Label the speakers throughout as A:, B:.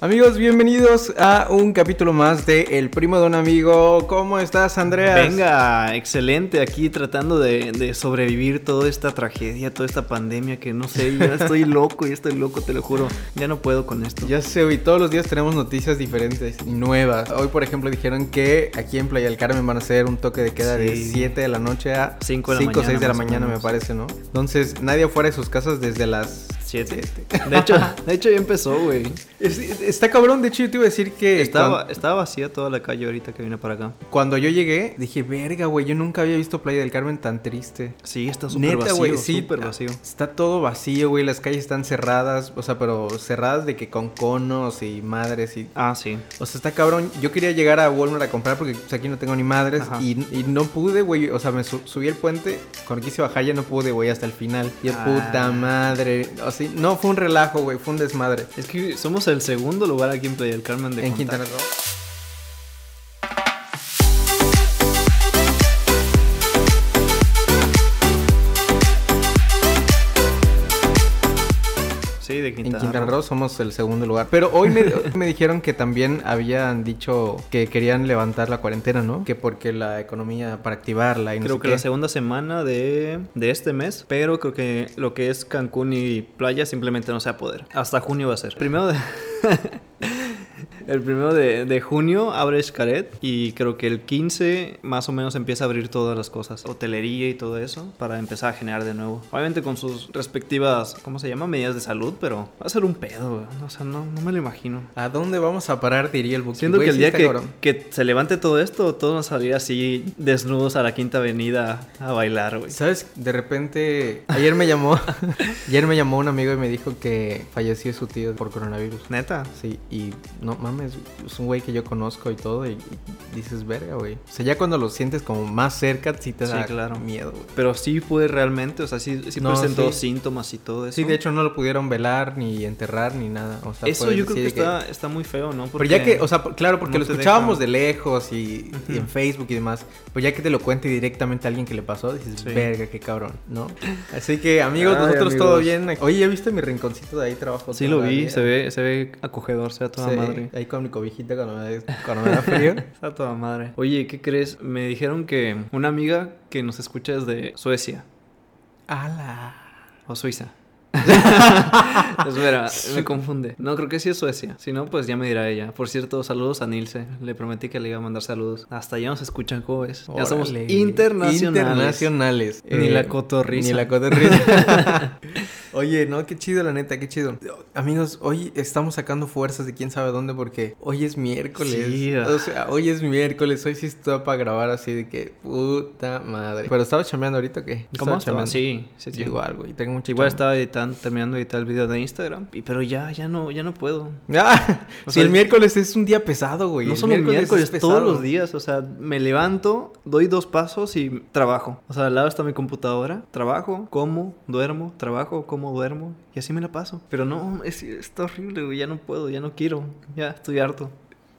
A: Amigos, bienvenidos a un capítulo más de El Primo de un Amigo. ¿Cómo estás, Andrea?
B: Venga, excelente. Aquí tratando de, de sobrevivir toda esta tragedia, toda esta pandemia que no sé, ya estoy loco, ya estoy loco, te lo juro. Ya no puedo con esto.
A: Ya sé, hoy todos los días tenemos noticias diferentes y nuevas. Hoy, por ejemplo, dijeron que aquí en Playa del Carmen van a hacer un toque de queda de
B: Sí.
A: 7 de la noche a
B: Cinco
A: 5
B: de la
A: o 6 de la
B: mañana, más o
A: mañana, me
B: menos.
A: parece, ¿no? Entonces, nadie afuera de sus casas desde las
B: Siete.
A: Siete.
B: De hecho, de hecho ya empezó, güey.
A: Es- está cabrón, de hecho yo te iba a decir que
B: Estaba,
A: cuan-
B: estaba vacía toda la calle ahorita que vine para acá.
A: cuando, yo llegué dije, verga, güey, yo nunca había visto Playa del Carmen tan triste.
B: Sí, está súper vacío, súper vacío.
A: ah, Está todo vacío, güey, las calles están cerradas, o sea, pero cerradas de que con conos y madres y...
B: Ah, sí.
A: O sea, está cabrón. Yo quería llegar a Walmart a comprar porque pues, aquí no tengo ni madres
B: Ajá.
A: y, y no pude, güey. O sea, me su- subí el puente, cuando quise bajar ya no pude, güey, hasta el final. Y
B: Ah.
A: puta madre. O sea, no, fue un relajo, güey, fue un desmadre.
B: Es que somos el segundo lugar aquí en Playa del Carmen de
A: en
B: contacto.
A: Quintana Roo.
B: Sí, de
A: En
B: Quintana,
A: Quintana Roo somos el segundo lugar. Pero hoy me, me dijeron que también habían dicho que querían levantar la cuarentena, ¿no? Que porque la economía, para activarla y no
B: Creo
A: sé
B: que
A: qué.
B: la segunda semana de, de este mes, pero creo que lo que es Cancún y playa simplemente no se va a poder. Hasta junio va a ser. Primero de... El primero de, de junio abre Xcaret y creo que el 15 más o menos empieza a abrir todas las cosas, hotelería y todo eso, para empezar a generar de nuevo. Obviamente con sus respectivas, ¿cómo se llama? Medidas de salud, pero va a ser un pedo, güey. o sea, no, no me lo imagino.
A: ¿A dónde vamos a parar? Diría el buque.
B: Siento
A: Güey,
B: que el
A: sí
B: día
A: está
B: que,
A: cabrón.
B: que se levante todo esto, todos van a salir así desnudos a la quinta avenida a bailar, güey.
A: ¿Sabes? De repente, ayer me llamó, ayer me llamó un amigo y me dijo que falleció su tío por coronavirus.
B: Neta.
A: Sí, y no mames, es un güey que yo conozco y todo, y, y dices, verga, güey. O sea, ya cuando lo sientes como más cerca, sí te
B: Sí,
A: da
B: claro.
A: miedo, güey.
B: Pero sí fue realmente, o sea, sí, sí
A: No,
B: presentó
A: sí.
B: síntomas y todo eso.
A: Sí, de hecho no lo pudieron velar, ni enterrar, ni nada. O sea,
B: Eso
A: puedes
B: yo creo que,
A: decir
B: Está, está muy feo, ¿no?
A: Pero ya que, o sea, por- claro, porque
B: no
A: lo
B: te
A: escuchábamos
B: deja-
A: de lejos y, y en
B: Ujú.
A: Facebook y demás. Pero ya que te lo cuente directamente a alguien que le pasó, dices,
B: Sí.
A: verga, qué cabrón, ¿no? Así que, amigos,
B: Ay,
A: nosotros todo
B: amigos.
A: bien. Oye, ¿ya viste mi rinconcito de ahí trabajo?
B: Sí
A: toda
B: lo
A: la
B: vi,
A: vida?
B: se ve, se ve acogedor, sea toda
A: Sí,
B: madre.
A: Ahí con mi cobijita cuando me, cuando me da frío.
B: Está toda madre. Oye, ¿qué crees? Me dijeron que una amiga que nos escucha desde Suecia
A: ¡Hala!
B: o Suiza. Espera, me confunde. No, creo que sí es Suecia. Si no, pues ya me dirá ella. Por cierto, saludos a Nilce. Le prometí que le iba a mandar saludos. Hasta ya nos escuchan, ¿cómo ves? Ya somos
A: Órale.
B: internacionales.
A: Internacionales. Eh,
B: Ni la cotorrisa.
A: Ni la cotorrisa. Oye, no, qué chido, la neta, qué chido. Amigos, hoy estamos sacando fuerzas de quién sabe dónde porque hoy es miércoles.
B: Sí. ah.
A: O sea, hoy es miércoles, hoy sí está para grabar así de que puta madre. Pero estaba chameando ahorita o qué?
B: ¿Cómo
A: Estaba
B: estaba?
A: chameando.
B: Sí, sí, sí.
A: Igual, güey, tengo mucha chamba.
B: Igual estaba editando, terminando de editar el video de Instagram. Y, pero ya, ya no, ya no puedo.
A: Ah,
B: O
A: si
B: sea,
A: el miércoles es un día pesado, güey.
B: no solo el miércoles,
A: es
B: todos
A: pesado.
B: los días. O sea, me levanto, doy dos pasos y trabajo. O sea, al lado está mi computadora, trabajo, como, duermo, trabajo, como, duermo. Y así me la paso. Pero no, es, está horrible, güey. Ya no puedo, ya no quiero. Ya estoy harto.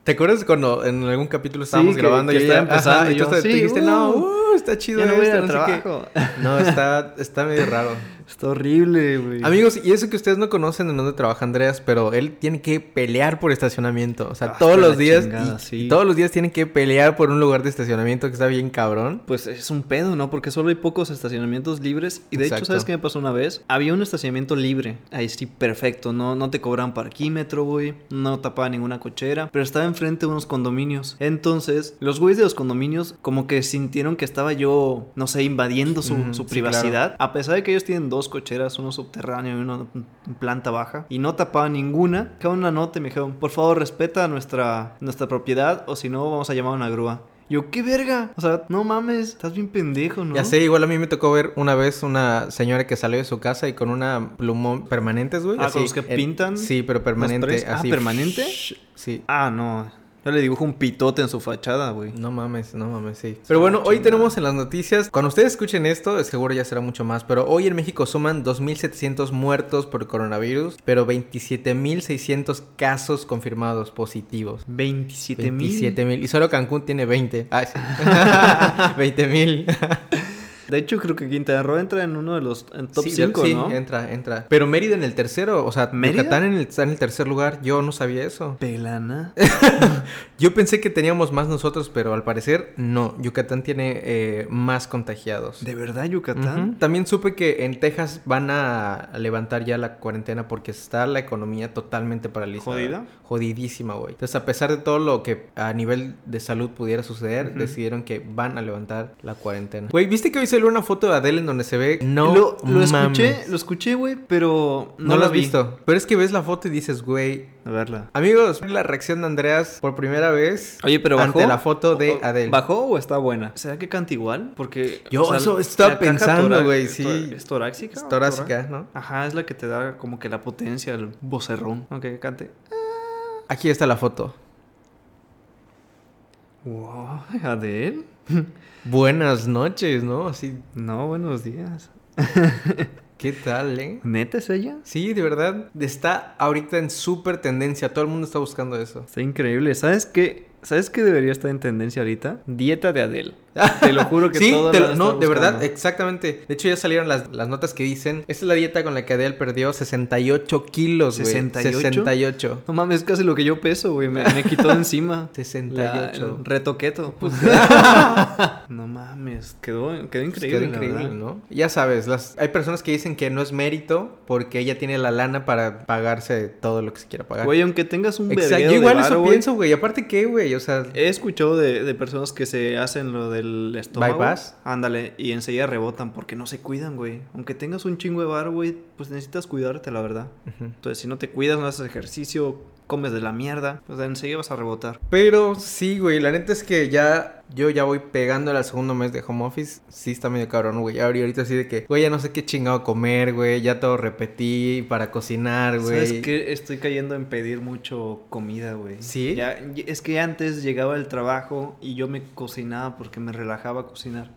A: ¿Te acuerdas cuando en algún capítulo estábamos
B: que-
A: grabando
B: que
A: y
B: estaba
A: estaba-
B: empezando
A: ajá, y
B: yo,
A: tú hasta- tú
B: sí,
A: dijiste,
B: uh,
A: no, uh, está chido
B: ya no voy a ir al
A: esto, no sé qué".
B: trabajo.
A: No, está, está medio raro.
B: Está horrible, güey.
A: Amigos, y eso que ustedes no conocen en dónde trabaja Andreas, pero él tiene que pelear por estacionamiento. O sea,
B: Hasta
A: todos los
B: Ah, la
A: días.
B: chingada,
A: y-
B: sí.
A: y todos los días tienen que pelear por un lugar de estacionamiento que está bien cabrón.
B: Pues es un pedo, ¿no? Porque solo hay pocos estacionamientos libres. Y de
A: Exacto.
B: hecho, ¿sabes qué me pasó una vez? Había un estacionamiento libre. Ahí sí, perfecto. No, no te cobran parquímetro, güey. No tapaba ninguna cochera. Pero estaba enfrente de unos condominios. Entonces, los güeyes de los condominios como que sintieron que estaba yo, no sé, invadiendo su,
A: Ujú,
B: su
A: sí,
B: privacidad. A pesar de que ellos tienen dos cocheras, uno subterráneo y uno en planta baja. Y no tapaba ninguna. Cada una nota y me dijeron, por favor, respeta nuestra, nuestra propiedad o si no, vamos a llamar a una grúa. Yo, ¿qué verga? O sea, no mames, estás bien pendejo, ¿no?
A: Ya sé, igual a mí me tocó ver una vez una señora que salió de su casa y con una plumón permanentes, güey.
B: Ah,
A: así,
B: con los que
A: el-
B: pintan.
A: Sí, pero permanente.
B: tres. Ah,
A: así,
B: ¿permanente?
A: Sí.
B: Ah, no. Yo le dibujo un pitote en su fachada, güey.
A: No mames, no mames, sí. Pero bueno, hoy tenemos en las noticias, cuando ustedes escuchen esto, es seguro ya será mucho más, pero hoy en México suman 2.700 muertos por coronavirus, pero 27.600 casos confirmados positivos.
B: 27 mil.
A: 27.000. Y solo Cancún tiene 20. Ah, sí. 20.000.
B: De hecho, creo que Quintana Roo entra en uno de los en top
A: Sí,
B: 5,
A: sí,
B: ¿no?
A: entra, entra. Pero Mérida en el tercero, o sea,
B: ¿Mérida?
A: Yucatán en el, está en el tercer lugar. Yo no sabía eso.
B: Pelana.
A: Yo pensé que teníamos más nosotros, pero al parecer no. Yucatán tiene eh, más contagiados.
B: ¿De verdad,
A: Ujú.
B: Yucatán?
A: También supe que en Texas van a levantar ya la cuarentena porque está la economía totalmente paralizada.
B: ¿Jodida?
A: Jodidísima, güey. Entonces, a pesar de todo lo que a nivel de salud pudiera suceder, decidieron que van a levantar la cuarentena. Güey, ¿viste que hoy salió una foto de Adele en donde se ve? No,
B: lo, lo escuché,
A: mames.
B: lo escuché, güey, pero no,
A: No, lo
B: la
A: has
B: vi.
A: visto. Pero es que ves la foto y dices, güey.
B: A verla.
A: Amigos, la reacción de Andreas por primera vez
B: Oye, pero bajó.
A: ante la foto de
B: ¿O-
A: Adele.
B: ¿Bajó o está buena? ¿Será que canta igual? Porque.
A: Yo eso estaba
B: la caja
A: pensando,
B: torá-
A: güey,
B: es
A: sí.
B: tor- ¿Es torácica?
A: Es
B: o
A: torácica,
B: torá-
A: ¿no?
B: Ajá, es la que te da como que la potencia, el vocerrón. Aunque cante.
A: Aquí está la foto.
B: Wow, Adele.
A: Buenas noches, ¿no? Así,
B: No, buenos días.
A: ¿qué tal, eh?
B: ¿Neta es ella?
A: Sí, de verdad, está ahorita en súper tendencia. Todo el mundo está buscando eso.
B: Está increíble. ¿Sabes qué? ¿Sabes qué debería estar en tendencia ahorita? Dieta de Adele. Te lo juro que
A: sí,
B: todo
A: te
B: el
A: lo-
B: mundo
A: no,
B: está
A: de verdad,
B: buscando.
A: exactamente. De hecho, ya salieron las, las notas que dicen: Esta es la dieta con la que Adele perdió 68 kilos, güey.
B: 68?
A: 68.
B: No mames, casi lo que yo peso, güey. Me, me quitó de encima.
A: 68.
B: La- el retoqueto. no mames, quedó, quedó
A: Pues
B: increíble.
A: quedó
B: la
A: increíble,
B: verdad.
A: ¿no? Ya sabes, las, hay personas que dicen que no es mérito porque ella tiene la lana para pagarse todo lo que se quiera pagar.
B: Güey, aunque tengas un
A: Ah. Exacto,
B: verguero
A: yo
B: de
A: igual
B: varo,
A: eso
B: güey, Eh,
A: pienso, güey. Aparte, ¿qué, güey? O sea,
B: He escuchado de, de personas que se hacen lo del estómago.
A: Bypass.
B: Ándale, y enseguida rebotan porque no se cuidan, güey. Aunque tengas un chingo de varo, güey, pues necesitas cuidarte, la verdad.
A: ujú.
B: Entonces, si no te cuidas, no haces ejercicio, comes de la mierda, pues enseguida vas a rebotar.
A: Pero sí, güey, la neta es que ya yo ya voy pegándole al segundo mes de home office. Sí está medio cabrón, güey. Ya ahorita así de que, güey, ya no sé qué chingado comer, güey. Ya todo repetí para cocinar, güey.
B: ¿Sabes que Estoy cayendo en pedir mucho comida, güey.
A: ¿Sí?
B: Ya- y- es que antes llegaba del trabajo y yo me cocinaba porque me relajaba a cocinar.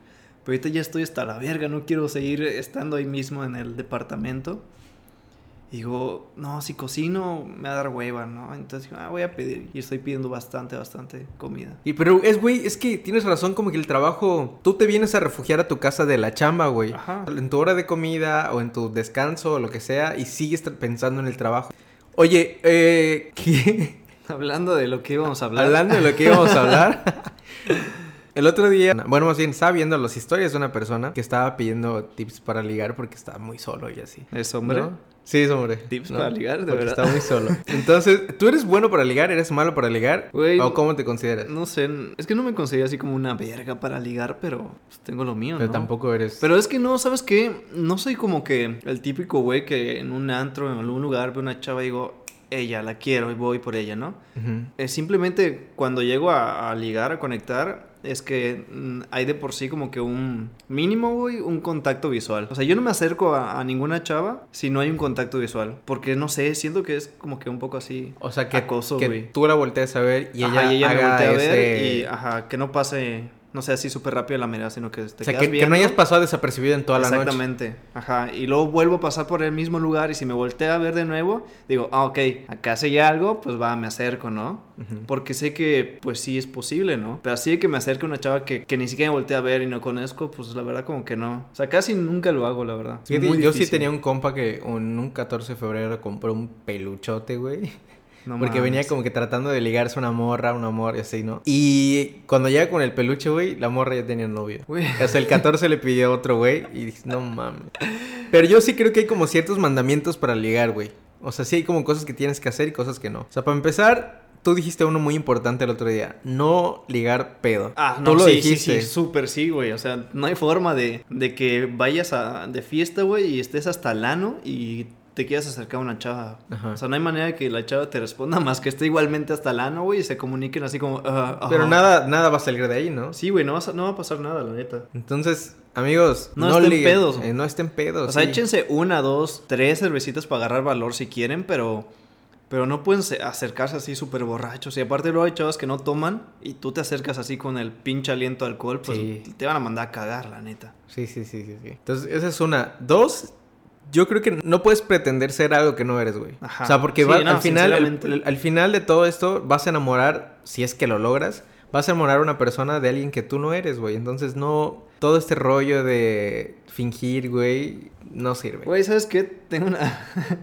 B: Pero ahorita ya estoy hasta la verga, no quiero seguir estando ahí mismo en el departamento. Y digo, no, si cocino me va a dar hueva, ¿no? Entonces digo, ah, voy a pedir. Y estoy pidiendo bastante, bastante comida.
A: Y pero es, güey, es que tienes razón, como que el trabajo, tú te vienes a refugiar a tu casa de la chamba, güey.
B: Ajá.
A: En tu hora de comida o en tu descanso o lo que sea, y sigues tra- pensando en el trabajo. Oye, eh, ¿qué?
B: Hablando de lo que íbamos a hablar.
A: Hablando de lo que íbamos a hablar. El otro día, bueno, más bien, estaba viendo las historias de una persona que estaba pidiendo tips para ligar porque estaba muy solo y así.
B: Es hombre.
A: ¿No? Sí, es hombre.
B: Tips para ligar, de
A: Porque
B: verdad.
A: Está muy solo. Entonces, ¿tú eres bueno para ligar? ¿Eres malo para ligar?
B: Güey,
A: ¿O cómo te consideras?
B: No sé, es que no me considero así como una verga para ligar, pero pues, tengo lo mío,
A: Pero
B: ¿no?
A: tampoco eres.
B: Pero es que no, ¿sabes qué? No soy como que el típico güey que en un antro, en algún lugar, ve una chava y digo, ella, la quiero y voy por ella, ¿no?
A: Ujú.
B: Eh, simplemente cuando llego a, a ligar, a conectar, es que mm, hay de por sí como que un mínimo, güey, un contacto visual. O sea, yo no me acerco a, a ninguna chava si no hay un contacto visual. Porque no sé, siento que es como que un poco así.
A: O sea, que,
B: acoso,
A: que
B: güey.
A: tú la volteas a ver y ella,
B: Ajá, y ella me
A: haga
B: voltea a ver
A: ese-
B: y ajá, que no pase, no sea así súper rápido la mirada, sino que te
A: O sea,
B: quedas
A: que, que
B: viendo.
A: no hayas pasado desapercibido en toda la noche.
B: Exactamente, ajá. Y luego vuelvo a pasar por el mismo lugar y si me voltea a ver de nuevo, digo, ah, ok, acá hace ya algo, pues va, me acerco, ¿no?
A: Ujú.
B: Porque sé que, pues sí es posible, ¿no? Pero así de que me acerque una chava que, que ni siquiera me voltea a ver y no conozco, pues la verdad como que no. O sea, casi nunca lo hago, la verdad. Es
A: Fíjate,
B: muy
A: yo sí
B: difícil.
A: tenía un compa que un, un 14 de febrero compró un peluchote, güey.
B: No
A: porque venía
B: mames.
A: como que tratando de ligarse una morra, una morra y así, ¿no? Y cuando llega con el peluche, güey, la morra ya tenía novio.
B: Güey.
A: O sea, el 14 le pidió a otro, güey, y dije, no mames. Pero yo sí creo que hay como ciertos mandamientos para ligar, güey. O sea, sí hay como cosas que tienes que hacer y cosas que no. O sea, para empezar, tú dijiste uno muy importante el otro día. No ligar pedo.
B: Ah,
A: Tú
B: no,
A: lo
B: sí,
A: dijiste.
B: sí, sí, súper sí, güey. O sea, no hay forma de, de que vayas a, de fiesta, güey, y estés hasta el ano y te quieras acercar a una chava.
A: Ajá.
B: O sea, no hay manera de que la chava te responda más que esté igualmente hasta el ano, güey, y se comuniquen así como... ah, ajá.
A: Pero nada, nada va a salir de ahí, ¿no?
B: Sí, güey, no, vas a- no va a pasar nada, la neta.
A: Entonces, amigos,
B: No estén pedos.
A: eh, no estén pedos.
B: O sea,
A: sí.
B: échense una, dos, tres cervecitas para agarrar valor si quieren, pero... Pero no pueden se- acercarse así súper borrachos. Y aparte luego hay chavas que no toman y tú te acercas así con el pinche aliento a alcohol, pues
A: Sí.
B: te van a mandar a cagar, la neta.
A: Sí, sí, sí, sí, sí. Entonces, esa es una. Dos, yo creo que no puedes pretender ser algo que no eres, güey.
B: Ajá.
A: O sea, porque
B: Sí,
A: va-
B: no,
A: al, final, el-
B: sinceramente.
A: el- al final de todo esto vas a enamorar, si es que lo logras, vas a enamorar a una persona de alguien que tú no eres, güey. Entonces no, todo este rollo de fingir, güey, no sirve.
B: Güey, ¿sabes qué? Tengo una...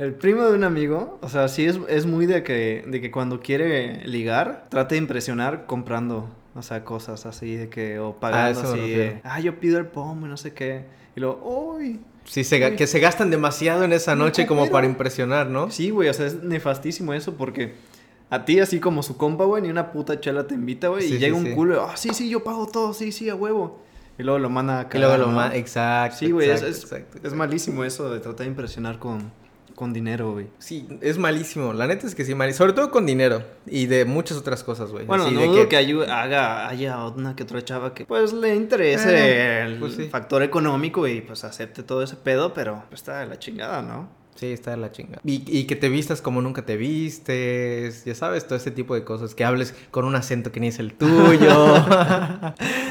B: El primo de un amigo, o sea, sí es, es muy de que, de que cuando quiere ligar, trata de impresionar comprando, o sea, cosas así, de que, o pagando
A: Ah, eso me
B: así,
A: refiero.
B: de, ah, yo pido el pomo y no sé qué. Y luego, uy,
A: Sí, se ga- que se gastan demasiado en esa
B: No,
A: noche como
B: pero-
A: para impresionar, ¿no?
B: Sí, güey, o sea, es nefastísimo eso porque a ti, así como su compa, güey, ni una puta chela te invita, güey,
A: Sí,
B: y
A: sí,
B: llega un
A: sí.
B: culo, ah, sí, sí, yo pago todo, sí, sí, a huevo. Y luego lo manda a
A: Y luego
B: cagar,
A: lo
B: ¿no?
A: más... Exacto.
B: Sí, güey, es,
A: exacto,
B: es-
A: exacto,
B: es
A: exacto.
B: malísimo eso de tratar de impresionar con, con dinero, güey.
A: Sí, es malísimo. La neta es que sí, malísimo. Sobre todo con dinero y de muchas otras cosas, güey.
B: Bueno,
A: Así
B: no
A: de
B: dudo que, ayu- haga, haya una que otra chava que pues le interese
A: Eh,
B: el
A: pues sí.
B: factor económico y pues acepte todo ese pedo, pero pues, está de la chingada, ¿no?
A: Sí, está de la chinga. Y, y que te vistas como nunca te vistes, ya sabes, todo ese tipo de cosas, que hables con un acento que ni es el tuyo.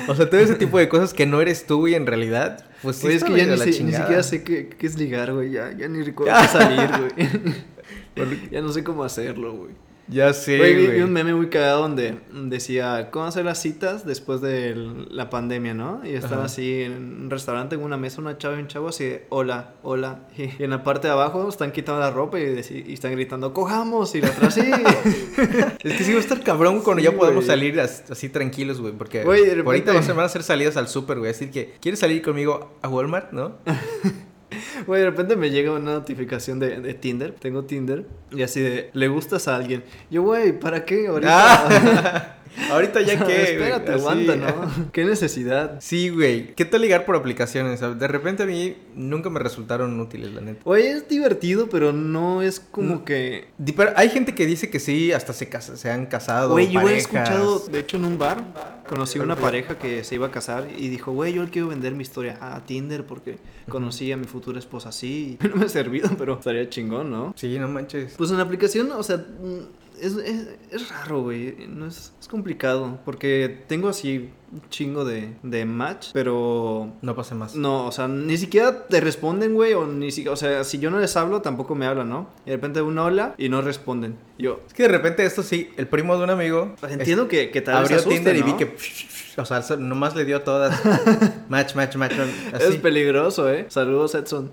A: o sea, todo ese tipo de cosas que no eres tú y en realidad, pues sí
B: Güey, es
A: está
B: que ya
A: medio
B: ni,
A: de la
B: sé- ni
A: chingada.
B: siquiera sé qué, qué es ligar, güey. Ya, ya ni recuerdo cómo salir, güey. ya no sé cómo hacerlo, güey.
A: Ya sé,
B: Güey, vi-
A: güey.
B: vi un meme muy cagado donde decía, ¿cómo hacer las citas después de el- la pandemia, no? Y estaba
A: Ajá.
B: así en un restaurante, en una mesa, una chava y un chavo así, de, hola, hola. Y en la parte de abajo están quitando la ropa y, deci- y están gritando, cojamos. Y la otra sí.
A: Es que sí va a estar cabrón cuando
B: Sí,
A: ya podamos
B: güey.
A: salir as- así tranquilos, güey. Porque
B: Güey, de
A: por ahorita
B: repente-
A: vas a- van a hacer salidas al súper, güey. Así que, ¿quieres salir conmigo a Walmart, no?
B: Güey, de repente me llega una notificación de, de Tinder. Tengo Tinder. Y así de, ¿le gustas a alguien? Yo, güey, ¿para qué ahorita?
A: Ah, ahorita ya que. güey,
B: Espérate,
A: así.
B: aguanta, ¿no? ¿Qué necesidad?
A: Sí, güey. ¿Qué tal ligar por aplicaciones? De repente a mí nunca me resultaron útiles, la neta.
B: Oye, es divertido, pero no es como
A: No.
B: que...
A: Di- Pero hay gente que dice que sí, hasta se, casa- se han casado.
B: Güey, yo he
A: parejas.
B: escuchado, de hecho, en un bar, conocí una pareja que se iba a casar y dijo, güey, yo quiero vender mi historia a Tinder porque conocí a mi futura esposa así. No me ha servido, pero estaría chingón, ¿no?
A: Sí, no manches.
B: Pues en la aplicación, o sea, mm, es, es- es raro, güey. No es, es complicado porque tengo así un chingo de, de match, pero
A: No pasa más.
B: no, o sea, ni siquiera te responden, güey, o ni siquiera, o sea, si yo no les hablo, tampoco me hablan, ¿no? Y de repente un hola y no responden. Yo
A: Es que de repente esto sí, el primo de un amigo.
B: pues, entiendo que, que tal vez
A: abrió
B: asuste,
A: Tinder y vi
B: ¿no?
A: que. O sea, so- nomás le dio a todas. match, match, match. match,
B: Es
A: Así.
B: peligroso, ¿eh? Saludos, Edson.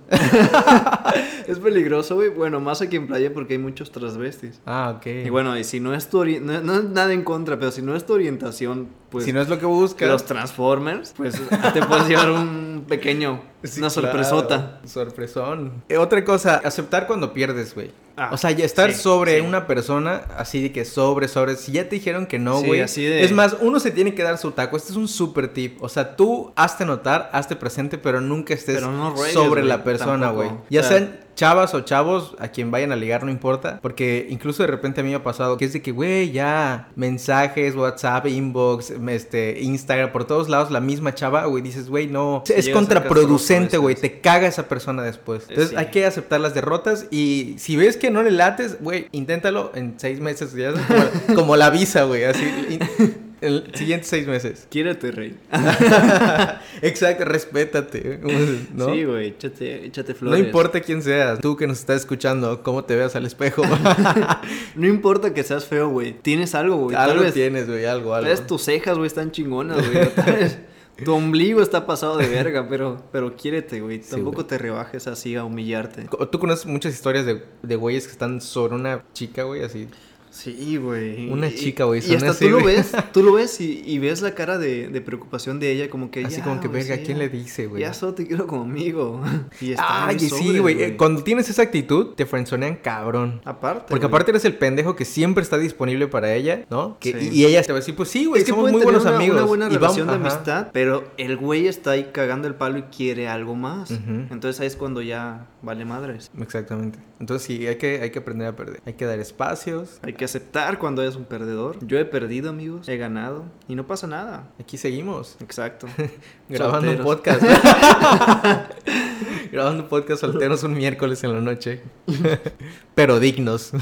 B: es peligroso, güey. Bueno, más aquí en playa porque hay muchos transvestis.
A: Ah, ok.
B: Y bueno, y si no es tu ori- no, no es nada en contra, pero si no es tu orientación, pues
A: si no es lo que buscas.
B: los Transformers, pues te puedes llevar un pequeño,
A: Sí,
B: una
A: claro.
B: sorpresota.
A: Sorpresón. Eh, otra cosa, aceptar cuando pierdes, güey.
B: Ah,
A: o sea, ya estar
B: sí,
A: sobre
B: sí.
A: una persona, así de que sobre, sobre. Si ya te dijeron que no,
B: Sí,
A: güey.
B: así de-
A: Es más, uno se tiene que dar su taco. Este es un super tip. O sea, tú hazte notar, hazte presente, pero nunca estés
B: Pero no ruegues,
A: sobre
B: güey,
A: la persona,
B: tampoco.
A: güey. Ya
B: O sea-
A: sean chavas o chavos, a quien vayan a ligar, no importa. Porque incluso de repente a mí me ha pasado que es de que, güey, ya, mensajes, WhatsApp, inbox, este, Instagram, por todos lados, la misma chava, güey, dices, güey, no.
B: Sí,
A: es
B: llega a ser
A: contraproducente,
B: castroso a
A: güey.
B: veces.
A: Te caga esa persona después.
B: Eh,
A: Entonces
B: sí.
A: hay que aceptar las derrotas y si ves que no le lates, güey, inténtalo en seis meses, ya sabes, como, como la visa, güey, así. in- el siguiente seis meses.
B: Quiérete, rey.
A: Exacto, respétate. güey, ¿no?
B: Sí, güey, échate, échate
A: No
B: flores.
A: importa quién seas, tú que nos estás escuchando, cómo te veas al espejo.
B: No importa que seas feo, güey. Tienes algo, güey. Tal
A: algo
B: vez,
A: tienes, güey, algo,
B: tal
A: algo.
B: vez tus cejas, güey, están chingonas, güey. Tal vez Tu ombligo está pasado de verga, pero, pero quiérete, güey.
A: Sí,
B: Tampoco
A: güey.
B: te rebajes así a humillarte.
A: Co- Tú conoces muchas historias de, de güeyes que están sobre una chica, güey, así.
B: Sí, güey.
A: Una
B: Y-
A: chica, güey,
B: Y
A: son
B: hasta
A: así,
B: tú lo
A: güey.
B: ves, tú lo ves y, y ves la cara de, de preocupación de ella, como que
A: Así
B: ya,
A: como que,
B: güey,
A: verga,
B: sí,
A: ¿quién le dice, güey?
B: Ya solo te quiero conmigo. Y está
A: Ay, sí, güey. eh, Cuando tienes esa actitud, te frenzonean cabrón.
B: Aparte.
A: Porque
B: güey.
A: aparte eres el pendejo que siempre está disponible para ella, ¿no? Que-
B: Sí.
A: y, y ella te va a decir, pues sí, güey,
B: es que
A: somos
B: pueden
A: muy
B: tener
A: buenos
B: una,
A: amigos.
B: Una buena
A: y vamos-
B: relación de
A: ajá.
B: amistad, pero el güey está ahí cagando el palo y quiere algo más.
A: Ujú.
B: Entonces ahí es cuando ya vale madres.
A: Exactamente. Entonces sí, hay que, hay que aprender a perder. Hay que dar espacios.
B: Hay que aceptar cuando eres un perdedor. Yo he perdido, amigos. He ganado. Y no pasa nada.
A: Aquí seguimos.
B: Exacto.
A: Grabando un
B: Solteros.
A: podcast. grabando un podcast solteros un miércoles en la noche. pero dignos.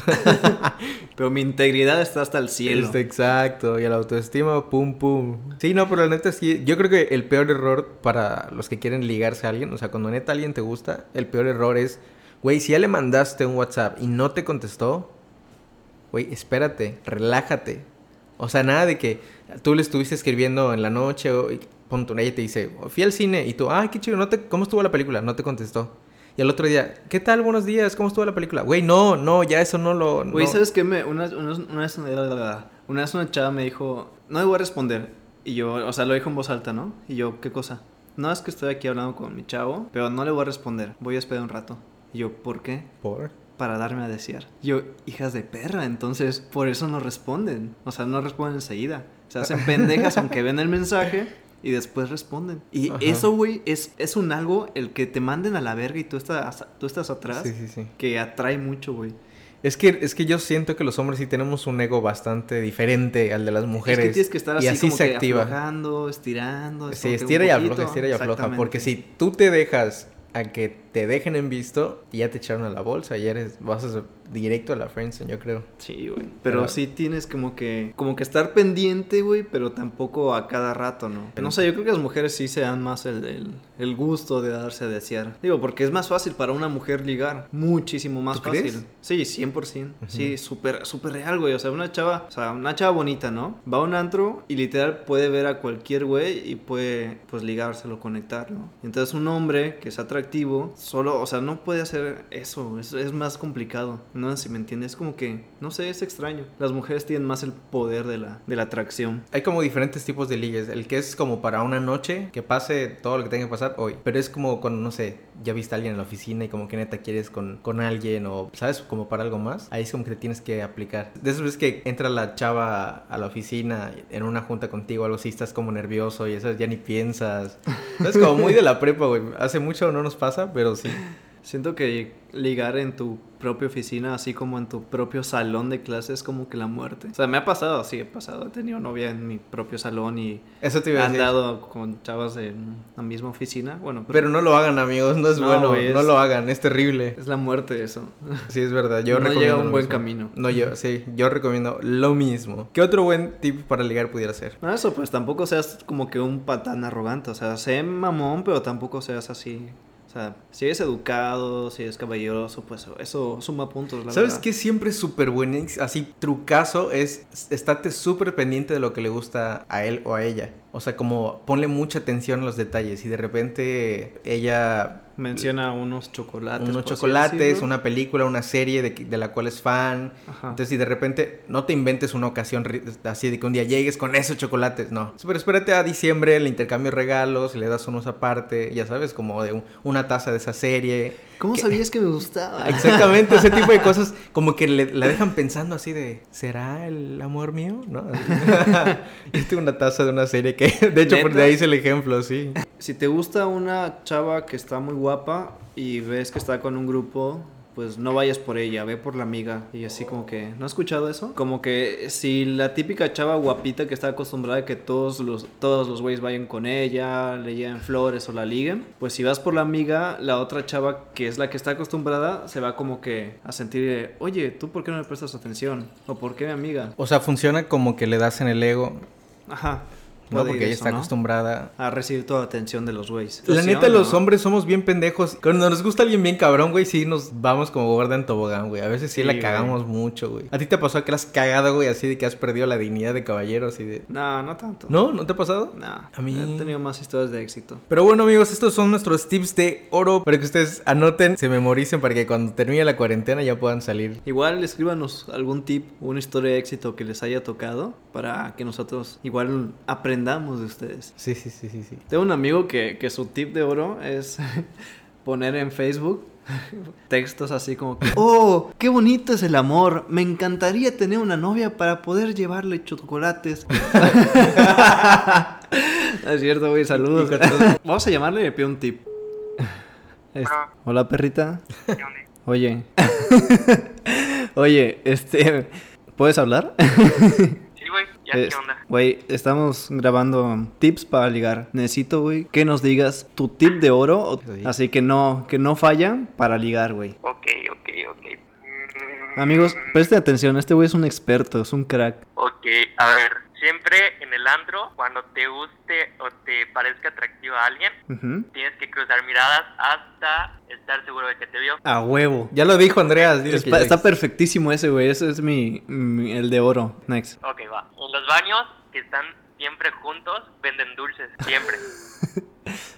B: Pero mi integridad está hasta el cielo.
A: Este, exacto, y a la autoestima, pum, pum. Sí, no, pero la neta sí, yo creo que el peor error para los que quieren ligarse a alguien, o sea, cuando neta alguien te gusta, el peor error es, güey, si ya le mandaste un WhatsApp y no te contestó, güey, espérate, relájate, O sea, nada de que tú le estuviste escribiendo en la noche o y pon tu- ella te dice, fui al cine y tú, ay, qué chido, no te, ¿cómo estuvo la película? No te contestó. Y al otro día, ¿qué tal? Buenos días, ¿cómo estuvo la película? Güey, no, no, ya eso no lo...
B: Güey,
A: no".
B: ¿sabes qué? Me, una, una, una vez- una vez una chava me dijo, no me voy a responder. Y yo, o sea, lo dijo en voz alta, ¿no? Y yo, ¿qué cosa? No, es que estoy aquí hablando con mi chavo, pero no le voy a responder. Voy a esperar un rato. Y yo, ¿por qué?
A: Por...
B: Para darme a desear. Y Yo, hijas de perra, entonces por eso no responden. O sea, no responden enseguida. Se hacen pendejas aunque ven el mensaje y después responden. Y
A: Ajá.
B: eso, güey, es, es un algo el que te manden a la verga y tú estás, tú estás atrás
A: Sí, sí, sí.
B: que atrae mucho, güey.
A: Es que, es que yo siento que los hombres sí tenemos un ego bastante diferente al de las mujeres.
B: Es que tienes que estar así,
A: y así
B: como
A: se
B: que
A: activa.
B: aflojando, estirando. es
A: Sí,
B: como que un
A: estira y afloja,
B: poquito.
A: estira y afloja.
B: Exactamente.
A: Porque si tú te dejas a que te dejen en visto, ya te echaron a la bolsa y eres, vas a ser directo a la friendzone, yo creo.
B: Sí, güey. Pero
A: Pero-
B: sí tienes como que, como que estar pendiente, güey, pero tampoco a cada rato, ¿no? No sé, yo creo que las mujeres sí se dan más el, el, el gusto de darse a desear. Digo, porque es más fácil para una mujer ligar. Muchísimo más
A: ¿Tú
B: fácil.
A: crees?
B: Sí, 100%. Sí, súper, súper real, güey. O sea, una chava, o sea, una chava bonita, ¿no? Va a un antro y literal puede ver a cualquier güey y puede, pues, ligárselo, conectarlo. Entonces, un hombre que es atractivo, solo, o sea, no puede hacer eso. Es, es más complicado. No sé si me entiendes. Es como que, no sé, es extraño. Las mujeres tienen más el poder de la, de la atracción.
A: Hay como diferentes tipos de ligues. El que es como para una noche, que pase todo lo que tenga que pasar hoy. Pero es como cuando, no sé, ya viste a alguien en la oficina y como que neta quieres con, con alguien o, ¿sabes? Como para algo más. Ahí es como que te tienes que aplicar. De esas veces que entra la chava a la oficina en una junta contigo, algo así, estás como nervioso y eso ya ni piensas. Es como muy de la prepa, güey. Hace mucho no nos pasa, pero sí.
B: Siento que ligar en tu propia oficina, así como en tu propio salón de clases, es como que la muerte. O sea, me ha pasado, sí, he pasado. He tenido novia en mi propio salón y
A: Eso te iba a
B: han
A: decir.
B: dado con chavas de la misma oficina. Bueno, pero
A: Pero no lo hagan, amigos. No es
B: No,
A: bueno.
B: güey,
A: No
B: es-
A: lo hagan. Es terrible.
B: es la muerte eso.
A: Sí, es verdad. Yo
B: No llega a
A: recomiendo
B: un
A: lo
B: buen
A: mismo.
B: camino.
A: No, yo, sí, yo recomiendo lo mismo. ¿Qué otro buen tip para ligar pudiera ser?
B: No, eso pues tampoco seas como que un patán arrogante. O sea, sé mamón, pero tampoco seas así. O sea, si eres educado, si eres caballeroso, pues eso suma puntos, la
A: ¿Sabes
B: verdad.
A: qué? Siempre es súper buen, así trucazo, es estarte súper pendiente de lo que le gusta a él o a ella. O sea, como ponle mucha atención a los detalles y de repente ella
B: Menciona unos chocolates.
A: unos
B: por así
A: chocolates,
B: decirlo.
A: una película, una serie de, que- de la cual es fan.
B: Ajá.
A: Entonces, si de repente no te inventes una ocasión ri- así de que un día llegues con esos chocolates, no. Pero espérate a diciembre, le intercambio regalos, le das unos aparte, ya sabes, como de un- una taza de esa serie.
B: ¿Cómo sabías que me
A: Ah.
B: gustaba?
A: Exactamente, ese tipo de cosas como que le- la dejan pensando así de, ¿será el amor mío? No. Yo tengo una taza de una serie que, de hecho, por de
B: ¿Neta?
A: ahí es el ejemplo, sí.
B: Si te gusta una chava que está muy guapa y ves que está con un grupo, pues no vayas por ella, ve por la amiga. Y así como que, ¿no has escuchado eso? Como que si la típica chava guapita que está acostumbrada a que todos los, todos los güeyes vayan con ella, le lleven flores o la liguen, pues si vas por la amiga, la otra chava que es la que está acostumbrada se va como que a sentir, de, oye, ¿tú por qué no me prestas atención? ¿O por qué mi amiga?
A: O sea, funciona como que le das en el ego,
B: Ajá.
A: ¿no?
B: Puede ir
A: Porque ella
B: eso,
A: está
B: ¿no?
A: acostumbrada
B: A recibir toda la atención de los güeyes.
A: La neta,
B: ¿no?
A: los hombres somos bien pendejos. Cuando nos gusta alguien bien cabrón, güey, sí nos vamos como gorda en tobogán, güey. A veces sí,
B: Sí,
A: la
B: güey.
A: cagamos mucho, güey. ¿A ti te pasó que la has cagado, güey, así de que has perdido la dignidad de caballero, así de...
B: No, no tanto.
A: ¿No? ¿No te ha pasado?
B: No,
A: A mí-
B: he tenido más historias de éxito.
A: Pero bueno, amigos, estos son nuestros tips de oro para que ustedes anoten, se memoricen para que cuando termine la cuarentena ya puedan salir.
B: Igual escríbanos algún tip, una historia de éxito que les haya tocado para que nosotros igual aprendamos de ustedes.
A: Sí, sí, sí, sí, sí.
B: Tengo un amigo que, que su tip de oro es poner en Facebook textos así como que, oh, qué bonito es el amor, me encantaría tener una novia para poder llevarle chocolates. No es cierto, güey, saludos. Vamos a llamarle y le pido un tip. Es- Hola, perrita. Oye. Oye, este. ¿Puedes hablar?
C: Sí, güey, ya,
B: Es-
C: ¿qué onda?
B: Güey, estamos grabando tips para ligar. Necesito, güey, que nos digas tu tip de oro. o-
A: Sí.
B: Así que no, que no falla para ligar, güey.
C: Ok, ok, ok. Mm,
B: Amigos, presten atención, este güey es un experto, es un crack.
C: Ok, a ver, si Siempre en el antro, cuando te guste o te parezca atractivo a alguien,
B: Ujú.
C: tienes que cruzar miradas hasta estar seguro de que te vio.
B: A huevo.
A: Ya lo dijo Andreas. dile que
B: Está,
A: ya
B: está
A: dijiste.
B: perfectísimo ese, güey. Ese es mi, mi- el de oro. Next.
C: Ok, va. En los baños que están siempre juntos, venden dulces, siempre.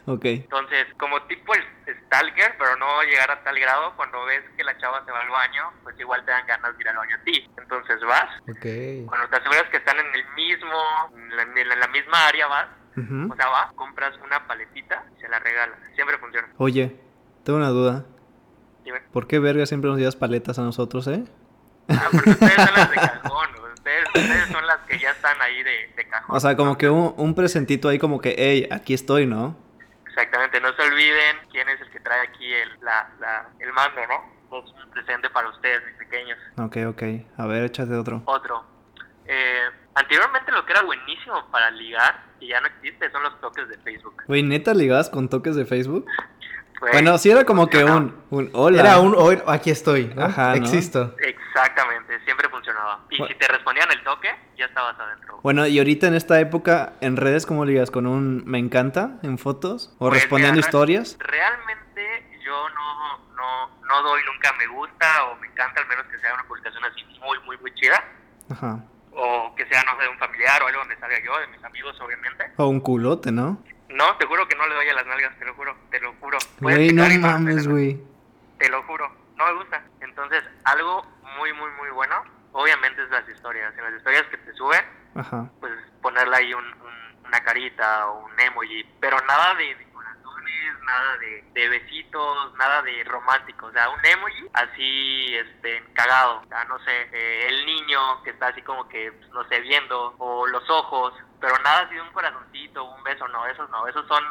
B: Ok.
C: Entonces, como tipo el stalker, pero no llegar a tal grado, cuando ves que la chava se va al baño, pues igual te dan ganas de ir al baño a ti. Entonces vas,
A: Ok.
C: cuando te aseguras que están en el mismo, en la, en la misma área vas,
B: Ujú.
C: o sea, vas, compras una paletita y se la regalas. Siempre funciona.
B: Oye, tengo una duda.
C: Dime.
B: ¿Por qué verga siempre nos llevas paletas a nosotros, eh?
C: Ah, porque ustedes son las de cajón, ustedes, ustedes son las que ya están ahí de, de cajón.
B: O sea, como que un, un presentito ahí como que, hey, aquí estoy, ¿no?
C: Exactamente, no se olviden quién es el que trae aquí el, la, la- el mando, ¿no? Es un presente para ustedes, mis pequeños.
B: Ok, ok. A ver, échate otro.
C: Otro. Eh, anteriormente lo que era buenísimo para ligar, y ya no existe, son los toques de Facebook.
B: Güey, ¿neta ligabas con toques de Facebook?
C: Fue-
B: Bueno, sí era como que un, un hola.
A: Era un hoy, aquí estoy. ¿no?
B: Ajá, ¿no?
A: Existo.
C: Exactamente, siempre funcionaba. Y
B: Bu-
C: si te respondían el toque, ya estabas adentro.
B: Bueno, y ahorita en esta época, en redes, ¿cómo ligas? ¿Con un me encanta en fotos? ¿O
C: Pues,
B: respondiendo
C: mira,
B: historias?
C: Realmente yo no, no, no doy nunca me gusta o me encanta, al menos que sea una publicación así muy, muy, muy chida.
B: Ajá.
C: O que sea, no sé, de un familiar o algo donde salga yo, de mis amigos, obviamente.
B: O un culote, ¿no?
C: No, te juro que no le doy a las nalgas, te lo juro, te lo juro. Puedes
B: Güey, no
C: checar y no,
B: mames,
C: pero-
B: güey.
C: Te lo juro, no me gusta. Entonces, algo muy, muy, muy bueno, obviamente es las historias. En las historias que te suben,
B: Ajá.
C: pues ponerle ahí un, un- una carita o un emoji, pero nada de, de corazones, nada de, de besitos, nada de romántico. O sea, un emoji así, este, cagado. O sea, no sé, eh, el niño que está así como que, pues, no sé, viendo, o los ojos, pero nada así de un corazoncito, un beso, no, esos no, esos son...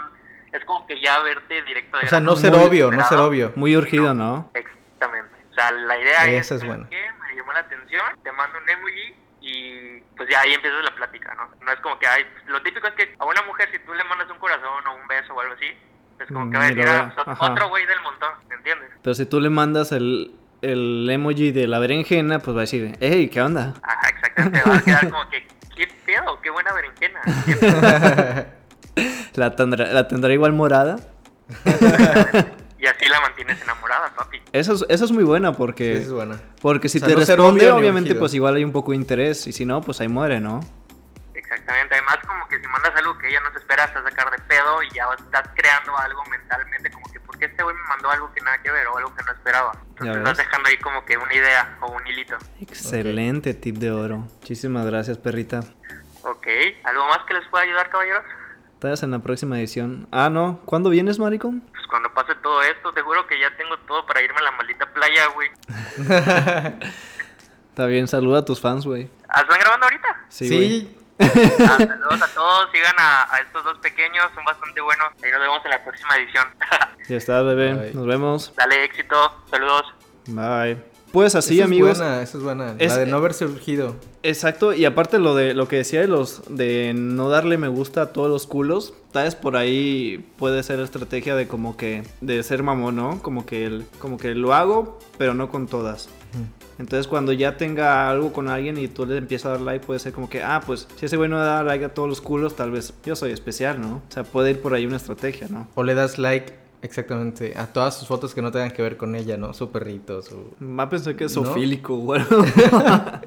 C: Es como que ya verte directo de
A: O sea, no
C: grano.
A: ser
B: Muy
A: obvio, no ser
C: esperado.
A: obvio.
B: Muy urgido, ¿no?
C: Exactamente. O sea, la idea
A: Esa es
C: ¿sabes
A: buena.
C: qué? Me llamó la atención, te mando un emoji y pues ya ahí empiezas la plática, ¿no? No es como que hay... Lo típico es que a una mujer si tú le mandas un corazón o un beso o algo así, es como que va a
B: Ni lo
C: decir, ah,
B: veo.
C: pues,
B: Ajá.
C: otro güey del montón, ¿me entiendes?
B: Pero si tú le mandas el, el emoji de la berenjena, pues va a decir, hey, ¿qué onda?
C: Ajá, exactamente. Va a quedar como que, qué pedo, qué buena berenjena.
B: ¿La tendrá, la tendrá igual morada?
C: y así la mantienes enamorada, papi.
B: Eso es, eso es muy buena porque...
A: Esa es buena.
B: Porque
A: O
B: si
A: sea,
B: te
A: no ser
B: responde,
A: obvio ni
B: obviamente,
A: urgido.
B: pues igual hay un poco de interés. Y si no, pues ahí muere, ¿no?
C: Exactamente, además como que si mandas algo que ella no se espera, estás a sacar de pedo y ya estás creando algo mentalmente, como que ¿por qué este güey me mandó algo que nada que ver o algo que no esperaba? Entonces
B: ves.
C: estás dejando ahí como que una idea o un hilito.
B: Excelente tip de oro. Muchísimas gracias, perrita.
C: Ok, ¿algo más que les pueda ayudar, caballeros?
B: Estás en la próxima edición. Ah, no. ¿Cuándo vienes, maricón?
C: Pues cuando pase todo esto, te juro que ya tengo todo para irme a la maldita playa, güey.
B: Está bien, saluda a tus fans, güey.
C: ¿Ah, ¿Están grabando ahorita?
A: Sí,
B: güey.
C: Ah, saludos a todos, sigan a, a estos dos pequeños, son bastante buenos. Ahí nos vemos en la próxima edición.
B: Ya está, bebé.
A: Ay.
B: Nos vemos.
C: Dale éxito, saludos.
B: Bye. Pues así,
A: esa
B: amigos.
A: Es buena, esa es buena.
B: Es- e
A: La de no haber surgido.
B: Exacto, y aparte lo de lo que decía de los de no darle me gusta a todos los culos, tal vez por ahí puede ser estrategia de como que de ser mamón, ¿no? Como que el- como que lo hago, pero no con todas. Entonces cuando ya tenga algo con alguien y tú le empiezas a dar like, puede ser como que, ah, pues si ese güey no da like a todos los culos, tal vez yo soy especial, ¿no? O sea, puede ir por ahí una estrategia, ¿no?
A: O le das like exactamente a todas sus fotos que no tengan que ver con ella, ¿no? Su perrito, su...
B: Va a pensar que es
A: ¿No?
B: sofílico, güey.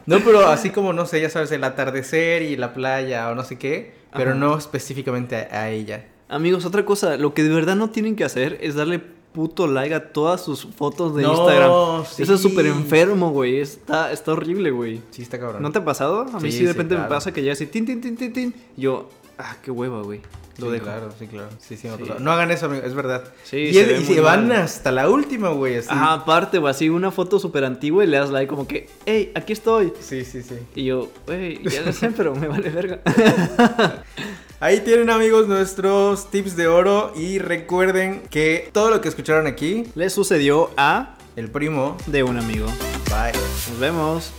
A: No, pero así como, no sé, ya sabes, el atardecer y la playa o no sé qué, pero
B: Ajá.
A: no específicamente a, a ella.
B: Amigos, otra cosa, lo que de verdad no tienen que hacer es darle puto like a todas sus fotos de
A: No,
B: Instagram.
A: sí.
B: Eso es súper enfermo, güey. Está, está horrible, güey.
A: Sí, está cabrón.
B: ¿No te ha pasado? A mí
A: Sí,
B: sí,
A: sí,
B: de repente
A: claro.
B: me pasa que ya así, tin, tin, tin, tin, tin. y Yo, ah, qué hueva, güey. Lo
A: sí,
B: dejo.
A: claro, sí, claro. Sí, sí, me ha
B: Sí.
A: pasado. No hagan eso, amigo, es verdad.
B: Sí,
A: y
B: se
A: es-
B: ve
A: y
B: muy
A: se van
B: mal.
A: hasta la última, güey. así.
B: Ah, aparte, güey, así una foto súper antigua y le das like como que, hey, aquí estoy.
A: Sí, sí, sí.
B: Y yo, wey, ya lo sé, pero me vale verga.
A: Ahí tienen amigos nuestros tips de oro y recuerden que todo lo que escucharon aquí,
B: le sucedió a
A: el primo,
B: de un amigo.
A: bye.
B: Nos vemos.